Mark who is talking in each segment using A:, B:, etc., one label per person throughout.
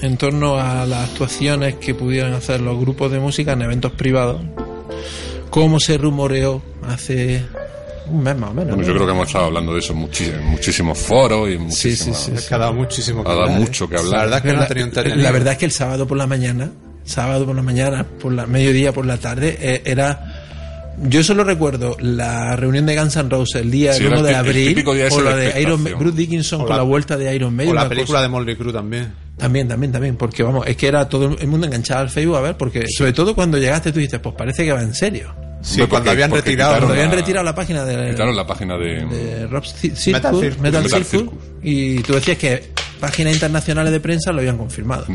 A: en torno a las actuaciones que pudieran hacer los grupos de música en eventos privados. Como se rumoreó hace un mes más o menos.
B: Bueno, yo
A: ¿no?
B: creo que hemos estado hablando de eso en muchis- en muchísimos foros y en
A: Sí, sí,
B: muchísimas-
A: sí,
C: Es que ha dado muchísimo que
B: Ha dado
C: hablar, ¿eh?
B: mucho que hablar.
C: La verdad es que
A: Pero
C: no
A: la,
C: ha tenido un término.
A: la verdad es que el sábado por la mañana, sábado por la mañana, por la mediodía, por la tarde, eh, era. Yo solo recuerdo la reunión de Guns N' Roses el día
B: Sí, era
A: 1
B: el
A: de
B: tí- el
A: abril,
B: típico día ese
A: o la
B: de
A: de Iron Ma-
B: expectación.
A: Bruce Dickinson
C: O
A: con
C: la-
A: la vuelta de Iron Maiden.
C: o la
A: una
C: película de Motley Crue también.
A: también, también, también, porque vamos, es que era todo el mundo enganchado al Facebook a ver, porque sobre todo cuando llegaste tú dices, pues parece que va en serio.
C: Sí,
B: Hombre,
C: cuando
B: porque-
C: habían
B: porque
C: retirado.
B: quitaron
A: Cuando habían
B: la-
A: retirado la página de,
B: Quitaron la página de...
A: de Rob Ci- Circus,
C: Metal
A: Metal
B: Eh,
A: Circus,
C: Circus.
B: Metal Circus.
A: y tú decías que páginas internacionales de prensa lo habían confirmado.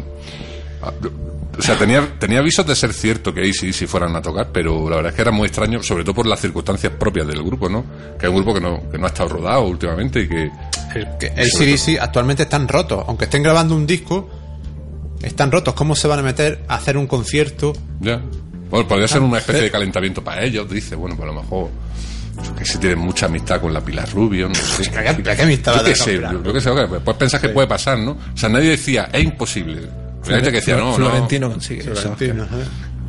B: O sea, tenía, tenía avisos de ser cierto que ahí sí, sí fueran a tocar, pero la verdad es que era muy extraño, sobre todo por las circunstancias propias del grupo, ¿no? Que es un grupo que no, que no ha estado rodado últimamente y que...
C: El, que- el CDC actualmente están rotos. Aunque estén grabando un disco, están rotos. ¿Cómo se van a meter a hacer un concierto?
B: Ya. Bueno, podría ser una especie de calentamiento para ellos, dice. Bueno, pues a lo mejor... yo Que si tienen mucha amistad con la Pilar Rubio, no sé.
C: ¿Qué- qué- qué amistad va
B: yo
C: a
B: qué
C: tener con
B: sé,
C: Pilar?
B: yo qué sé, ok, pues pensás que puede pasar, ¿no? O sea, nadie decía, es imposible. Pero hay gente que decía, no, no.
A: Florentino consigue. eso.
C: Florentino, ¿eh?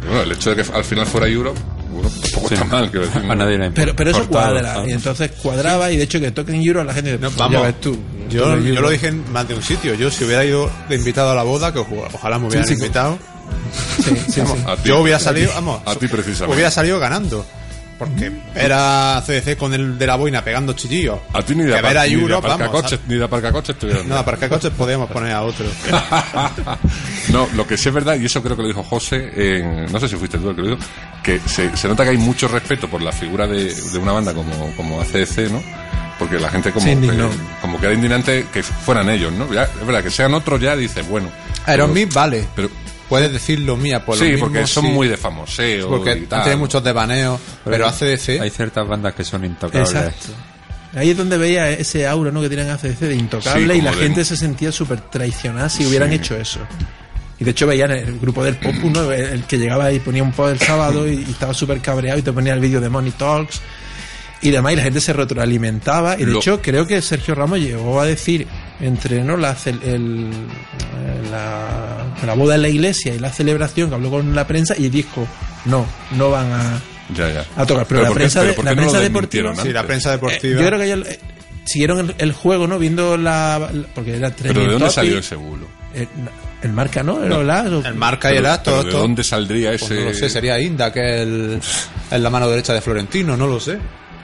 B: Bueno, el hecho de que al final fuera Europe, bueno, tampoco está mal, quiero decir.
D: A nadie le importa.
A: Pero, pero eso
D: Ah, Cortado,
A: cuadra.
D: ¿sabes?
A: Y entonces cuadraba y de hecho que toquen Euro a la gente...
C: No,
A: pues,
C: vamos,
A: ya ves tú.
C: Yo,
A: Toquen
C: yo
A: Euro.
C: lo dije en más de un sitio. Yo, si hubiera ido de invitado a la boda, que ojo- ojalá me hubieran
A: Sí, sí.
C: invitado,
A: Sí, sí,
C: vamos,
B: A ti.
C: yo hubiera salido, vamos,
B: A ti precisamente. Mm.
C: hubiera salido ganando. Porque era CDC con el de la boina pegando chillillos.
B: A ti ni de,
C: Que ver a
B: apar- ni de
C: Europe, vamos,
B: aparcacoches, ni de aparcacoches te hubieran-
C: No, para qué coches podíamos poner a otro.
B: no, lo que sí es verdad, y eso creo que lo dijo José, en- no sé si fuiste tú el que lo dijo, que se, se nota que hay mucho respeto por la figura de, de una banda como, como ACDC, ¿no? Porque la gente como,
A: Se
B: que,
A: indignó.
B: como que era indignante que fueran ellos, ¿no? Ya, es verdad, que sean otros ya, dices, bueno. pero-
C: Aerosmith vale.
B: Pero,
C: Puedes decirlo mía por lo
B: sí,
C: mismo,
B: porque son
C: sí,
B: muy de famoseo
C: Porque
B: y tal.
C: tiene muchos devaneos, pero ACDC.
D: Hay ciertas bandas que son intocables.
A: ¿eh? Exacto. Ahí es donde veía ese aura ¿no? que tienen ACDC de intocable
B: Sí,
A: y la
B: como de-
A: gente se sentía súper traicionada si hubieran hecho eso. Y de hecho veían el grupo del Pop ¿no? el, el que llegaba y ponía un post el sábado y, y estaba súper cabreado y te ponía el vídeo de Money Talks y demás y la gente se retroalimentaba. Y de
B: Lo-
A: hecho creo que Sergio Ramos llegó a decir entre ¿no? la, cel- el- la- la boda en la iglesia y la celebración que habló con la prensa y dijo, no, no van a...
B: Ya, ya.
A: a tocar, pero la
B: ¿por qué-
A: prensa de-
B: ¿por
A: la
B: qué no lo
A: prensa
B: desmintieron
A: deportiva-
C: Sí, la
B: antes?
C: prensa deportiva.
A: Eh, yo creo que ellos eh, siguieron el, el juego, ¿no? Viendo la. la- porque
B: Pero
A: era
B: ¿de
A: trending
B: dónde
A: topic.
B: salió ese bulo?
A: El, el marca, ¿no? El Olas, o-
C: El marca y el
B: Pero-
C: acto,
B: pero
C: todo
B: ¿De
C: esto.
B: dónde saldría
C: Pues
B: ese...?
C: no lo sé, sería Inda, que es el- es la mano derecha de Florentino, no lo sé.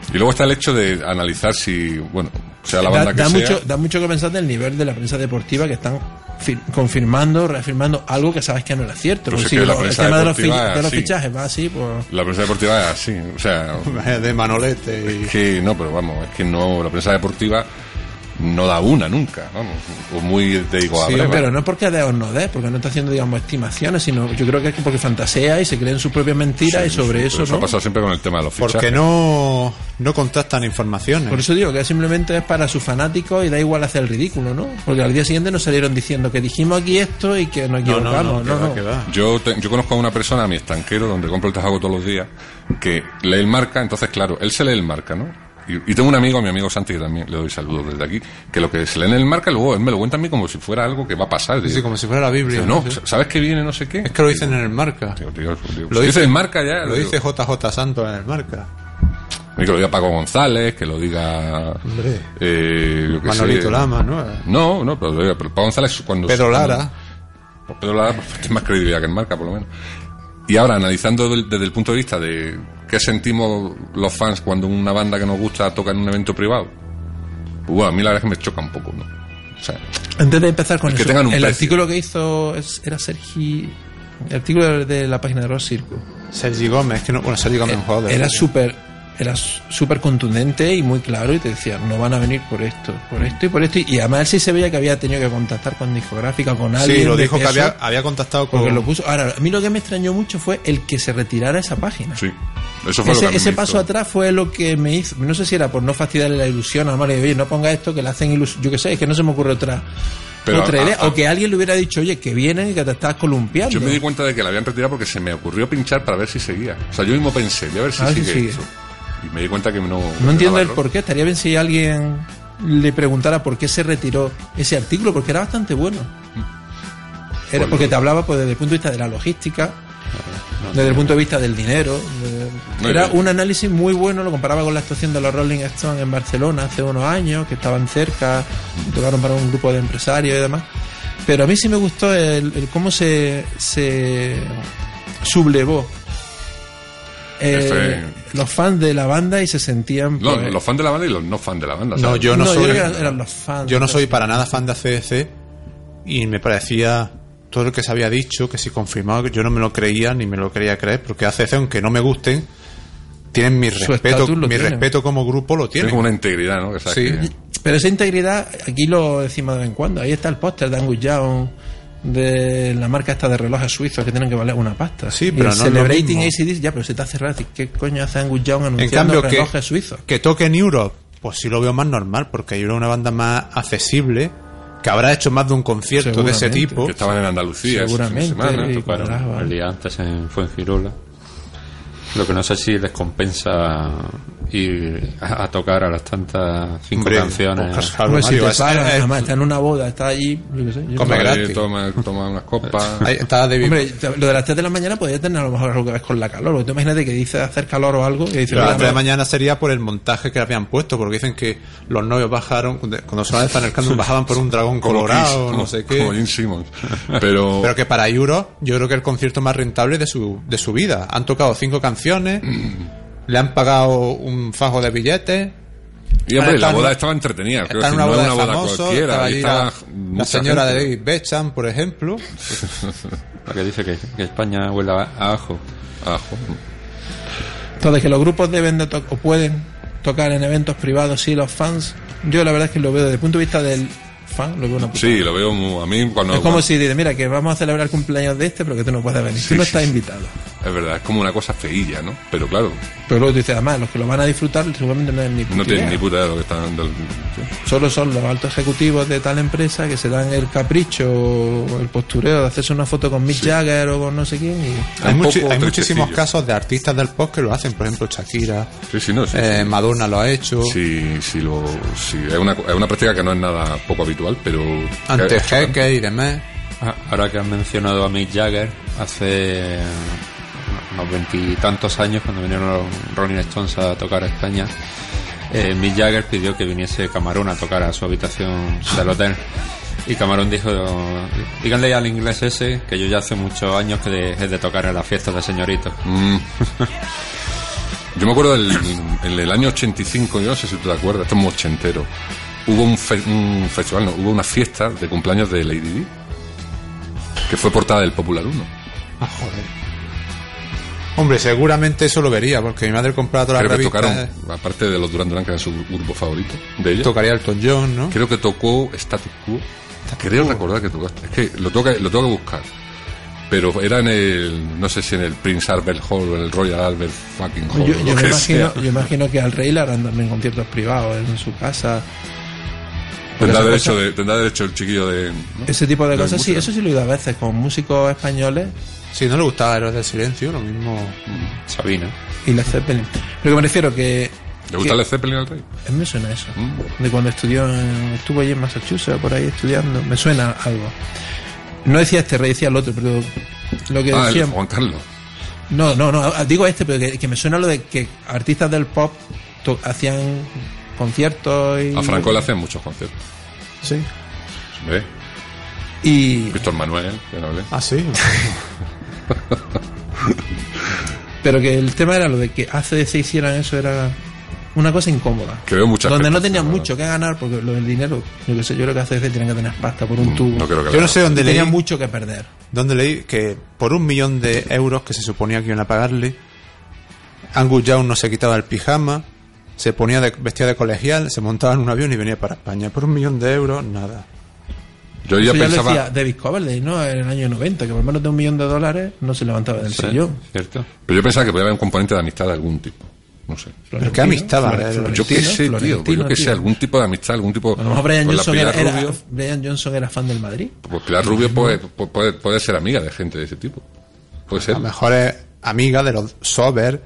B: Y luego está el hecho de analizar si, bueno, sea la
A: da,
B: banda que
A: da
B: sea...
A: mucho, da mucho que pensar del nivel de la prensa deportiva que están fir- confirmando, reafirmando algo que sabes que no era cierto.
B: Pero
A: Porque
B: Pues sí que la
A: el
B: prensa
A: tema de los,
B: deportiva
A: fi- de los
B: así.
A: fichajes va así, pues.
B: La prensa deportiva es así, o sea,
C: De Manolete y.
B: es que no, pero vamos, es que no, la prensa deportiva no da una nunca, vamos, o muy de igual.
C: Sí,
B: a breve.
A: Pero no porque de o no de, porque no está haciendo, digamos, estimaciones, sino yo creo que es porque fantasea y se creen sus propias mentiras y sobre
B: Pero
A: eso,
B: ha
A: ¿no?
B: pasado siempre con el tema de los fichajes.
C: Porque no, no contactan informaciones.
A: Por eso digo que simplemente es para sus fanáticos y da igual hacer el ridículo, ¿no? Porque al día siguiente nos salieron diciendo que dijimos aquí esto y que nos
C: no, no,
A: equivocamos.
C: que
A: No,
C: va,
A: no.
C: que va.
B: Yo, te- yo conozco a una persona, a mi estanquero, donde compro el tajago todos los días, que lee el marca, entonces, claro, él se lee el marca, ¿no? Y, y tengo un amigo, mi amigo Santi, que también le doy saludos desde aquí, que lo que se lee en el marca, luego él me lo cuenta a mí como si fuera algo que va a pasar.
C: Sí,
B: Digo,
C: como si fuera la Biblia.
B: digo, no,
C: sé.
B: ¿sabes que viene no sé qué?
C: Es que lo dicen en el marca.
B: Digo, digo, digo,
C: Lo
B: si
C: dice-
B: dice el marca ya.
C: Lo
B: digo,
C: dice JJ Santos en el marca.
B: Que lo diga Paco González, que lo diga.
C: Hombre.
B: eh, yo qué
C: Manolito
B: sé.
C: Lama, ¿no?
B: No, no, pero, lo diga- pero Paco González cuando.
C: Pedro Lara.
B: Pues Pedro Lara pues, tiene más credibilidad que en marca, por lo menos. Y ahora, analizando del- desde el punto de vista de qué sentimos los fans cuando una banda que nos gusta toca en un evento privado, pues bueno, a mí la verdad es que me choca un poco, ¿no? O sea,
A: Antes de empezar con
B: Es que
A: eso,
B: tengan un
A: el
B: precio.
A: artículo que hizo es- era Sergi, el artículo de la página de Ross Circo,
C: Sergi Gómez, que no, bueno, Sergi Gómez es un jugador. de
A: era
C: fútbol.
A: súper era súper contundente y muy claro y te decía, no van a venir por esto, por esto y por esto. Y además él sí se veía que había tenido que contactar con discográfica, con alguien.
C: Sí, lo
A: de
C: dijo que
A: peso,
C: había, Oh. había contactado con.
A: Porque lo puso. Ahora, a mí lo que me extrañó mucho fue el que se retirara esa página.
B: Sí. Eso fue lo que
A: ese
B: a mí me
A: ese
B: hizo.
A: paso atrás fue lo que me hizo. No sé si era por no fastidiarle la ilusión a Mario. Oye, no ponga esto que le hacen ilusión. Yo qué sé, es que no se me ocurre otra,
B: Pero
A: otra
B: a-
A: idea.
B: a-
A: o que alguien le hubiera dicho, oye, que vienen y que te estás columpiando.
B: Yo me di cuenta de que la habían retirado porque se me ocurrió pinchar para ver si seguía. O sea, yo mismo pensé, voy a ver si
A: A ver si
B: sigue,
A: sigue.
B: esto. Y me di cuenta que no.
A: No entiendo
B: que
A: el
B: no.
A: por qué. Estaría bien si alguien le preguntara por qué se retiró ese artículo, porque era bastante bueno. Era
B: Bueno.
A: porque te hablaba pues, desde el punto de vista de la logística, desde el punto de vista del dinero. de-
B: Muy
A: Era
B: bien.
A: un análisis muy bueno, lo comparaba con la actuación de los Rolling Stones en Barcelona hace unos años, que estaban cerca, tocaron para un grupo de empresarios y demás. Pero a mí sí me gustó el, el cómo se, se sublevó. eh,
B: Este-
A: los fans de la banda y se sentían
B: No,
A: pues,
B: los fans de la banda y los no fans de la banda.
C: Eh, No,
B: ¿sabes?
C: yo no,
A: No, yo
C: soy.
A: creo que eran los fans.
C: yo no soy para nada fan de ACDC. Y me parecía todo lo que se había dicho, que si confirmaba, que yo no me lo creía ni me lo creía creer, porque ACDC, aunque no me gusten, tienen mi
A: Su
C: respeto,
A: estatus lo
C: mi
A: tienen.
C: respeto como grupo lo
B: Tiene
C: tienen.
B: como una integridad, ¿no? Que sabes
C: Sí.
B: que-
A: Pero esa integridad, aquí lo decimos de vez en cuando. Ahí está el póster de Angus Young, de la marca esta de relojes suizos que tienen que valer una pasta.
C: Sí,
A: Y el
C: pero no es lo
A: Celebrating
C: mismo.
A: ACDC, ya, pero se te hace raro. ¿Qué coño hace Angus Young anunciando
C: En cambio, que,
A: relojes suizos?
C: que toque en Europe, pues sí lo veo más normal, porque Europe es una banda más accesible, que habrá hecho más de un concierto de ese
A: Seguramente.
C: tipo.
B: que estaban en Andalucía. ese fin de
A: Seguramente,
B: semana,
A: y
B: tocaron.
A: cuadrado. Ah, vale.
D: El día antes en Fuengirola. Lo que no sé si les compensa ir a, a tocar a las tantas cinco
C: Hombre,
D: canciones.
C: pues, claro,
A: Hombre, si
C: Mario,
A: te
C: es-
A: paran,
C: es-
A: además, está en una boda, está allí. yo qué sé, yo-
C: Come
B: Ahí
C: gratis.
B: Toma, toma unas copas.
C: Ahí está David
A: Hombre, te- lo de las 3 de la mañana podría tener a lo mejor algo que ver con la calor. Porque tú imagínate que dice hacer calor o algo. Y dice,
C: Pero a
A: mira,
C: las 3 de la
A: mira,
C: mañana sería por el montaje que le habían puesto, porque dicen que los novios bajaron, cuando sonaban el Final Countdown, bajaban por un dragón
B: Como Kiss,
C: colorado,
B: como-
C: no sé
B: Como
C: qué.
B: Gene Simmons. Pero,
C: Pero que para Euro, yo creo que el concierto más rentable de su, de su vida. Han tocado cinco canciones, le han pagado un fajo de billetes.
B: y hombre, la
C: están-
B: boda estaba entretenida. Creo
C: Está en
B: que
C: una
B: no
C: boda,
B: era
C: de
B: una boda
C: famosos, estaba
B: cualquiera. ahí
C: allí
B: estaba
C: la, la
B: mucha
C: señora
B: gente.
C: de David Beckham, por ejemplo.
D: La que dice que, que España huele a a ajo.
B: Ah, joder.
A: Entonces, que los grupos deben de to- o pueden tocar en eventos privados, sí, los fans. Yo la verdad es que lo veo desde el punto de vista del fan, lo veo una puta.
B: Sí, lo veo muy- a mí cuando...
A: es como si dices, mira, que vamos a celebrar el cumpleaños de este, pero que tú no puedes venir. tú no estás invitado.
B: Es verdad, es como una cosa feilla, ¿no? Pero claro,
A: Pero luego tú dices, además, los que lo van a disfrutar seguramente no es ni
B: no
A: puta
B: tienen
A: idea.
B: ni puta idea de lo que están dando. el-
A: Solo son los altos ejecutivos de tal empresa que se dan el capricho o el postureo de hacerse una foto con Mick Jagger o con no sé quién. y-
C: Hay,
B: Un
C: muchi-
B: poco
C: hay muchísimos
B: tristecillo.
C: casos de artistas del pop que lo hacen, por ejemplo Shakira,
B: Sí, sí, no, sí.
C: eh, Madonna lo ha hecho.
B: Sí, sí, lo, sí. Es, una, es una práctica que no es nada poco habitual, pero... eh,
C: ante
B: que-
C: jeques y demás.
D: Ah, Ahora que has mencionado a Mick Jagger, hace eh, unos veintitantos años, cuando vinieron los Rolling Stones a tocar a España, eh, Mick Jagger pidió que viniese Camarón a tocar a su habitación del hotel. Y Camarón dijo, díganle al inglés ese, que yo ya hace muchos años que dejé de tocar a las fiestas de señoritos.
B: Mm. Yo me acuerdo del, en el año 85, yo no sé si tú te acuerdas, esto es muy ochentero. Hubo un, fe- un festival, no, hubo una fiesta de cumpleaños de Lady Di, que fue portada del Popular 1.
C: Ah, joder. Hombre, seguramente eso lo vería, porque mi madre compraba todas
B: Creo
C: las
B: que tocaron,
C: revistas. eh.
B: aparte de los Duran Duran, que era su grupo favorito de ella,
C: Tocaría Elton John, ¿no?
B: creo que tocó Status Quo. Creo recordar que tocó, es que lo toca lo tengo que buscar. Pero era en el, no sé si en el Prince Albert Hall o en el Royal Albert fucking Hall.
A: Yo,
B: o
A: yo
B: lo
A: me
B: que
A: imagino,
B: sea.
A: yo imagino que al rey le harán también conciertos privados en su casa.
B: Tendrá
A: Porque esas
B: derecho,
A: cosas-
B: de, tendrá derecho el chiquillo de... ¿no?
A: Ese tipo de
B: Lo
A: cosas, sí,
B: música.
A: eso sí lo he oído a veces con músicos españoles
C: Si no le gustaba Héroes del Silencio, lo mismo.
D: Sabina.
A: y Led Zeppelin. Lo que me refiero que.
B: ¿Le gusta
A: que-
B: el Zeppelin al rey?
A: a mí me suena eso.
B: Mm.
A: De cuando estudió en- estuvo allí en Massachusetts, por ahí estudiando. Me suena algo. No decía este rey, decía el otro, pero lo que
B: Ah, el
A: decía.
B: Juan Carlos.
A: No, no, no, ah, digo este, pero que, que me suena lo de que artistas del pop to- hacían conciertos y.
B: A Franco le hacen muchos conciertos.
A: Sí.
B: ¿Ve?
A: Y,
B: Víctor Manuel, ya no hablé.
C: Ah, sí.
A: Pero que el tema era lo de que hace de seis hicieran eso era una cosa incómoda.
B: Que veo muchas
A: Donde no
B: gente,
A: tenían
B: ¿no?
A: mucho que ganar, porque lo del dinero, yo que sé, yo creo que hace veces tienen que tener pasta por un tubo.
B: Mm, No creo que
C: Yo no sé dónde
A: Y
C: leí,
A: tenían mucho que perder.
C: dónde leí que por un millón de euros que se suponía que iban a pagarle, Angus Young no se quitaba el pijama, se ponía de, vestía de colegial, se montaba en un avión y venía para España. Por un millón de euros, nada.
B: Yo ya
A: Eso ya
B: pensaba.
A: lo decía David Coverdale, ¿no? En el año 90, que por menos de un millón de dólares no se levantaba del
D: Sí,
A: sillón.
D: Cierto.
B: Pero yo pensaba que podía haber un componente de amistad de algún tipo. No sé.
C: Pero qué amistad,
A: Flore-
C: ¿verdad?
A: Florentino,
B: Yo qué sé, tío. pues
A: Florentino,
B: Yo qué sé,
A: tío.
B: algún tipo de amistad, algún tipo.
A: A lo mejor Brian
B: Pues la
A: Johnson,
B: Pilar
A: era, era-
B: Rubio,
A: Brian Johnson era fan del Madrid.
B: pues Pilar Rubio puede, puede- puede- puede ser amiga de gente de ese tipo. Puede
C: A
B: ser.
C: lo mejor es amiga de los Sober,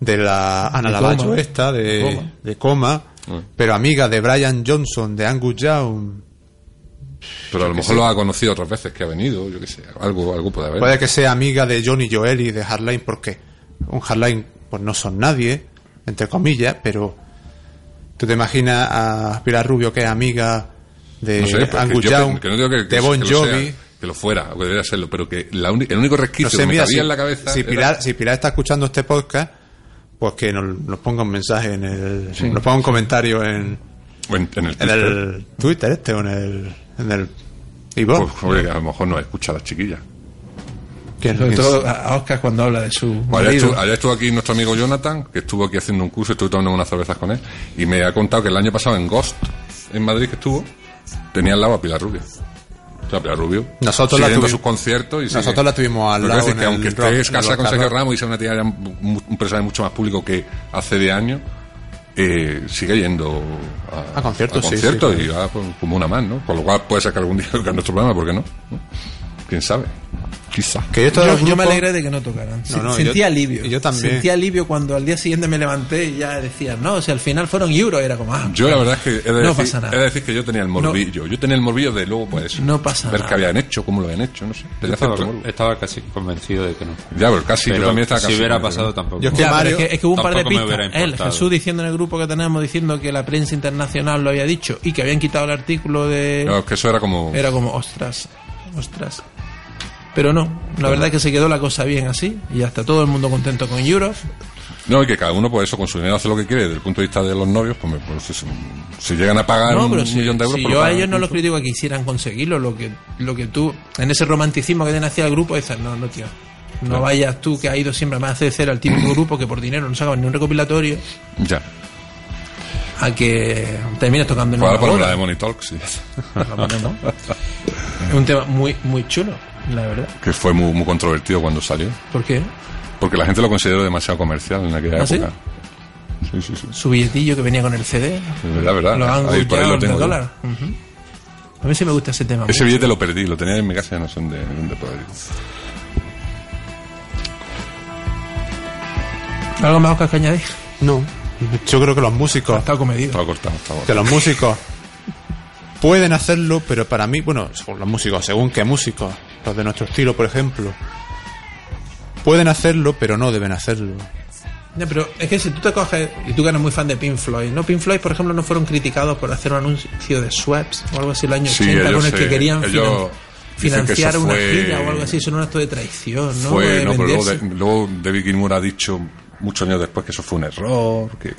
C: de la Ana
A: De
C: Lavacho
A: Coma.
C: esta, de, de
A: Coma.
C: coma.
B: Ah.
C: pero amiga de Brian Johnson, de Angus Young.
B: Pero a lo mejor lo ha conocido otras veces que ha venido. Yo qué sé. Algo, algo puede haber.
C: Puede que sea amiga de Johnny Joel y de Hardline, porque un Hardline pues no son nadie, entre comillas, pero tú te imaginas a Pilar Rubio que es amiga de
B: No sé, pero que
C: Angus
B: yo
C: Young,
B: pe- que no digo que- que-
C: de Bon
B: que lo
C: Jovi.
B: sea, que lo fuera, o que debería serlo, pero que la uni- el único resquicio
C: No sé,
B: que me
C: mira,
B: cabía
C: si,
B: en la cabeza.
C: si
B: era-
C: Pilar, si Pilar está escuchando este podcast, pues que nos, nos ponga un mensaje en el. Nos ponga un comentario en,
B: o en, en el
C: en
B: Twitter.
C: el Twitter este o en el. En el
B: Pues,
C: iVoox.
B: hombre, a lo mejor no escucha a las chiquillas.
C: ¿Quién-
A: Sobre
C: quién-
A: todo a a Oscar cuando habla de su
B: Pues ayer,
A: marido.
B: estuvo, ayer estuvo aquí nuestro amigo Jonathan, que estuvo aquí haciendo un curso, estuve tomando unas cervezas con él, y me ha contado que el año pasado en Ghost, en Madrid que estuvo, tenía al lado a Pilar Rubio. O sea, Pilar Rubio.
C: Nosotros la
B: siguiendo
C: tuvimos-
B: sus conciertos y sigue.
C: nosotros la tuvimos al
B: Pero quiero
C: lado
B: decir
C: en
B: que
C: el
B: aunque
C: rock, en
B: esté
C: el
B: escasa con
C: Rock and
B: Sergio
C: Roll.
B: Ramos y sea una tía ya mu- un personaje mucho más público que hace de años, eh, sigue yendo a,
C: A conciertos, sí,
B: conciertos
C: sí,
B: y va pues, como una más, ¿no? Con lo cual puede sacar algún día a nuestro programa, ¿por qué no? ¿No? ¿Quién sabe? Quizá.
C: Que esto de
A: Yo,
C: los
A: yo me
C: grupos-
A: alegré de que no tocaran. Se-
C: no,
A: sentía
C: yo-
A: alivio.
C: y yo también.
A: Sentía alivio cuando al día siguiente me levanté y ya decía, no, o sea, al final fueron euros. Era como, ah,
B: Yo la verdad es que he de,
A: No
B: decir,
A: pasa nada.
B: he de decir que yo tenía el morbillo. Yo tenía el morbillo de luego pues
A: No pasa
B: ver
A: nada.
B: qué habían hecho, cómo lo habían hecho, no sé. Tenía
D: Yo estaba,
B: cierto morbo.
D: estaba casi convencido de que no.
B: Ya, pero casi yo
D: Pero
B: también estaba
D: si
B: casi
D: hubiera
B: convencido.
D: pasado tampoco.
C: Yo-
A: Ya, pero
C: Mario,
A: es, que, es que hubo un par de
D: tampoco me
A: pistas.
D: hubiera
A: Él,
D: importado.
A: Jesús, diciendo en el grupo que tenemos, diciendo que la prensa internacional lo había dicho y que habían quitado el artículo de...
B: Claro, es que eso era como...
A: Era como, ostras, ostras. Pero no, la verdad es que se quedó la cosa bien así y hasta todo el mundo contento con euros.
B: No, y que cada uno pues eso con su dinero hace lo que quiere desde el punto de vista de los novios, pues, me- pues, si, si llegan a pagar
A: No,
B: un
A: pero si,
B: millón de euros...
A: si
B: pues lo
A: yo a
B: pagan.
A: ellos no los critico que quisieran conseguirlo, lo que, lo que tú, en ese romanticismo que tiene hacia el grupo, dices, no, no, tío. No vayas tú que ha ido siempre más de cero al típico grupo que por dinero no sacaban ni un recopilatorio
B: Ya.
A: a que termines tocando en
B: Pues ahora
A: una
B: ponemos
A: boda.
B: la de Money Talks, sí.
A: La ponemos. es un tema muy, muy chulo, la verdad.
B: que fue muy, muy controvertido cuando salió,
A: ¿Por qué?
B: porque la gente lo consideró demasiado comercial en aquella
A: ¿Ah, sí?
B: época. Sí, sí, sí.
A: Su billetillo que venía con el CD.
B: Es verdad, verdad.
A: Los Angus
B: Ahí, por ahí
A: Young
B: lo tengo
A: de
B: yo.
A: dólar. Ujú. A mí sí me gusta ese tema.
B: Ese
A: mucho.
B: billete lo perdí, lo tenía en mi casa y no sé dónde, dónde puedo ir.
A: ¿Algo más Oscar, que añadir?
C: No. Yo creo que los músicos.
A: Está comedido.
B: Estaba cortado, estaba
C: que los músicos pueden hacerlo, pero para mí, bueno, según los músicos, según qué músicos, los de nuestro estilo, por ejemplo, pueden hacerlo, pero no deben hacerlo.
A: No, pero es que si tú te coges y tú que eres muy fan de Pink Floyd, ¿no? Pink Floyd, por ejemplo, no fueron criticados por hacer un anuncio de Swaps o algo así el año
B: Sí,
A: 80
B: ellos
A: con el que
B: se-
A: querían
B: ellos dicen que
A: finan-
B: eso
A: financiar una
B: fue-
A: gira o algo así. Eso era un acto de traición, ¿no?
B: fue,
A: De
B: no, pero luego,
A: venderse.
B: de- luego David Gilmour ha dicho muchos años después que eso fue un error, que,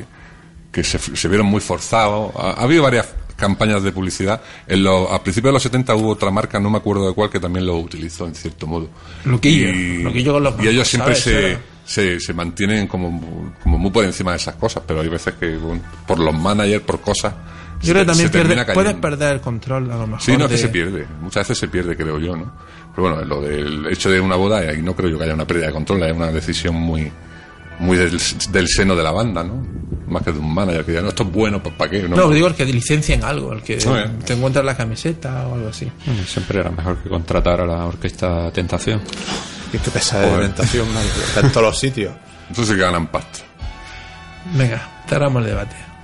B: que se, se vieron muy forzados. Ha, ha habido varias campañas de publicidad. En los- a principios de los 70 hubo otra marca, no me acuerdo de cuál, que también lo utilizó en cierto modo.
A: Loquillo,
B: y,
A: loquillo con los
B: y ellos
A: bancos,
B: siempre
A: ¿sabes?
B: se,
A: Era-
B: se, se mantienen como, como muy por encima de esas cosas, pero hay veces que bueno, por los managers, por cosas...
A: Yo creo que también pierde-
B: termina
A: puedes
B: cayendo.
A: perder el control, a lo mejor.
B: Sí, no, es que
A: de-
B: se pierde. Muchas veces se pierde, creo yo, ¿no? Pero bueno, lo del hecho de una boda, ahí no creo yo que haya una pérdida de control, es una decisión muy muy del, del seno de la banda, ¿no? Más que de un manager, que ya no, esto es bueno, ¿para qué? No,
A: No, digo el que licencien algo, el que
B: Ah, ya.
A: te encuentras la camiseta o algo así.
D: Bueno, siempre era mejor que contratar a la orquesta Tentación.
C: Qué qué pesada de orientación, madre. Está en todos los sitios.
B: Entonces sí que ganan pasta.
A: Venga, cerramos el debate.